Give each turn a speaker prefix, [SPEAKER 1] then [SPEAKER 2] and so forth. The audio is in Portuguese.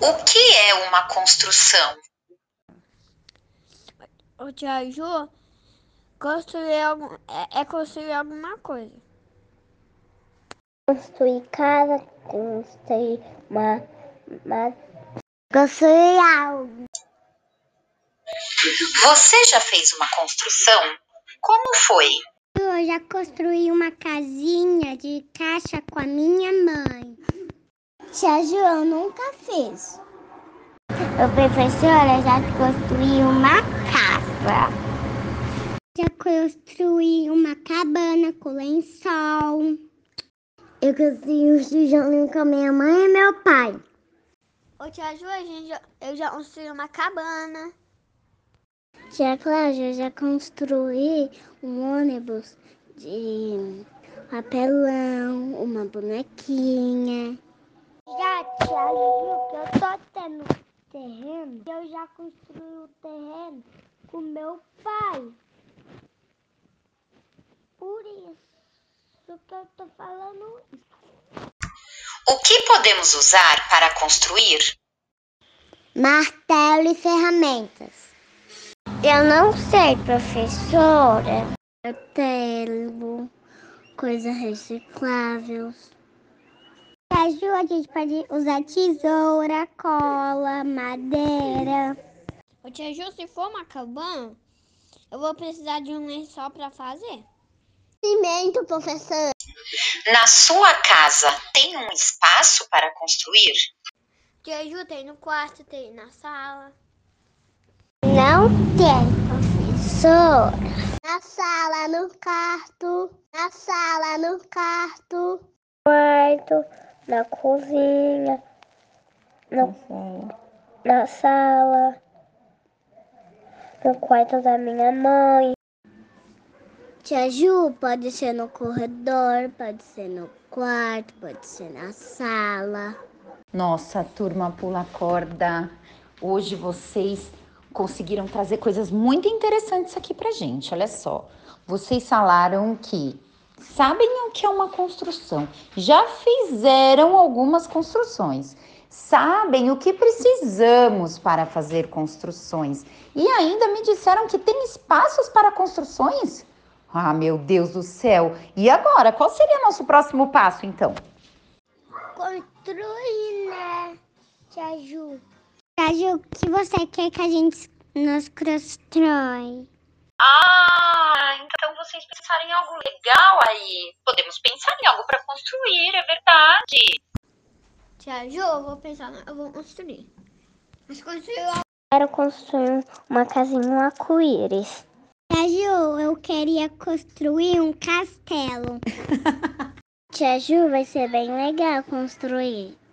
[SPEAKER 1] O que é uma construção?
[SPEAKER 2] O tia Ju, construir algum, é, é construir alguma coisa.
[SPEAKER 3] Construir casa, construir uma, uma. Construir algo.
[SPEAKER 1] Você já fez uma construção? Como foi?
[SPEAKER 3] Eu já construí uma casinha de caixa com a minha mãe. Tia Ju, eu nunca fiz. Ô, professora, já construí uma casa. Já construí uma cabana com lençol. Eu construí um tijolinho com a minha mãe e meu pai.
[SPEAKER 2] Ô tia Ju, a gente, já- eu já construí uma cabana.
[SPEAKER 3] Tia Cláudia, já construí um ônibus de papelão, uma bonequinha. Já, tia Ju, que eu tô tendo terreno, eu já construí o terreno com meu pai. Por isso que eu tô falando isso.
[SPEAKER 1] O que podemos usar para construir?
[SPEAKER 3] Martelo e ferramentas. Eu não sei, professora. Martelo, coisas recicláveis. Caju, a gente pode usar tesoura, cola, madeira.
[SPEAKER 2] Ô tia Ju, se for uma cabana, eu vou precisar de um lençol pra fazer.
[SPEAKER 3] Cimento, professor.
[SPEAKER 1] Na sua casa tem um espaço para construir?
[SPEAKER 2] Tia Ju tem no quarto, tem na sala.
[SPEAKER 3] Não tem, professora. Na sala, no quarto. Na sala, no quarto. Quarto, na cozinha. No, na sala. No quarto da minha mãe. Tia Ju, pode ser no corredor, pode ser no quarto, pode ser na sala.
[SPEAKER 4] Nossa, turma pula corda. Hoje vocês conseguiram trazer coisas muito interessantes aqui pra gente. Olha só. Vocês falaram que sabem o que é uma construção. Já fizeram algumas construções. Sabem o que precisamos para fazer construções. E ainda me disseram que tem espaços para construções? Ah, meu Deus do céu! E agora? Qual seria nosso próximo passo, então?
[SPEAKER 3] Construir, né? Tia Ju. Tia Ju, o que você quer que a gente nos constrói?
[SPEAKER 1] Ah, então vocês pensaram em algo legal aí. Podemos pensar em algo para construir, é verdade.
[SPEAKER 2] Tia Ju, eu vou pensar, eu vou construir. Mas construir algo.
[SPEAKER 3] Quero construir uma casinha um arco-íris. Tia Ju, eu queria construir um castelo. Tia Ju, vai ser bem legal construir.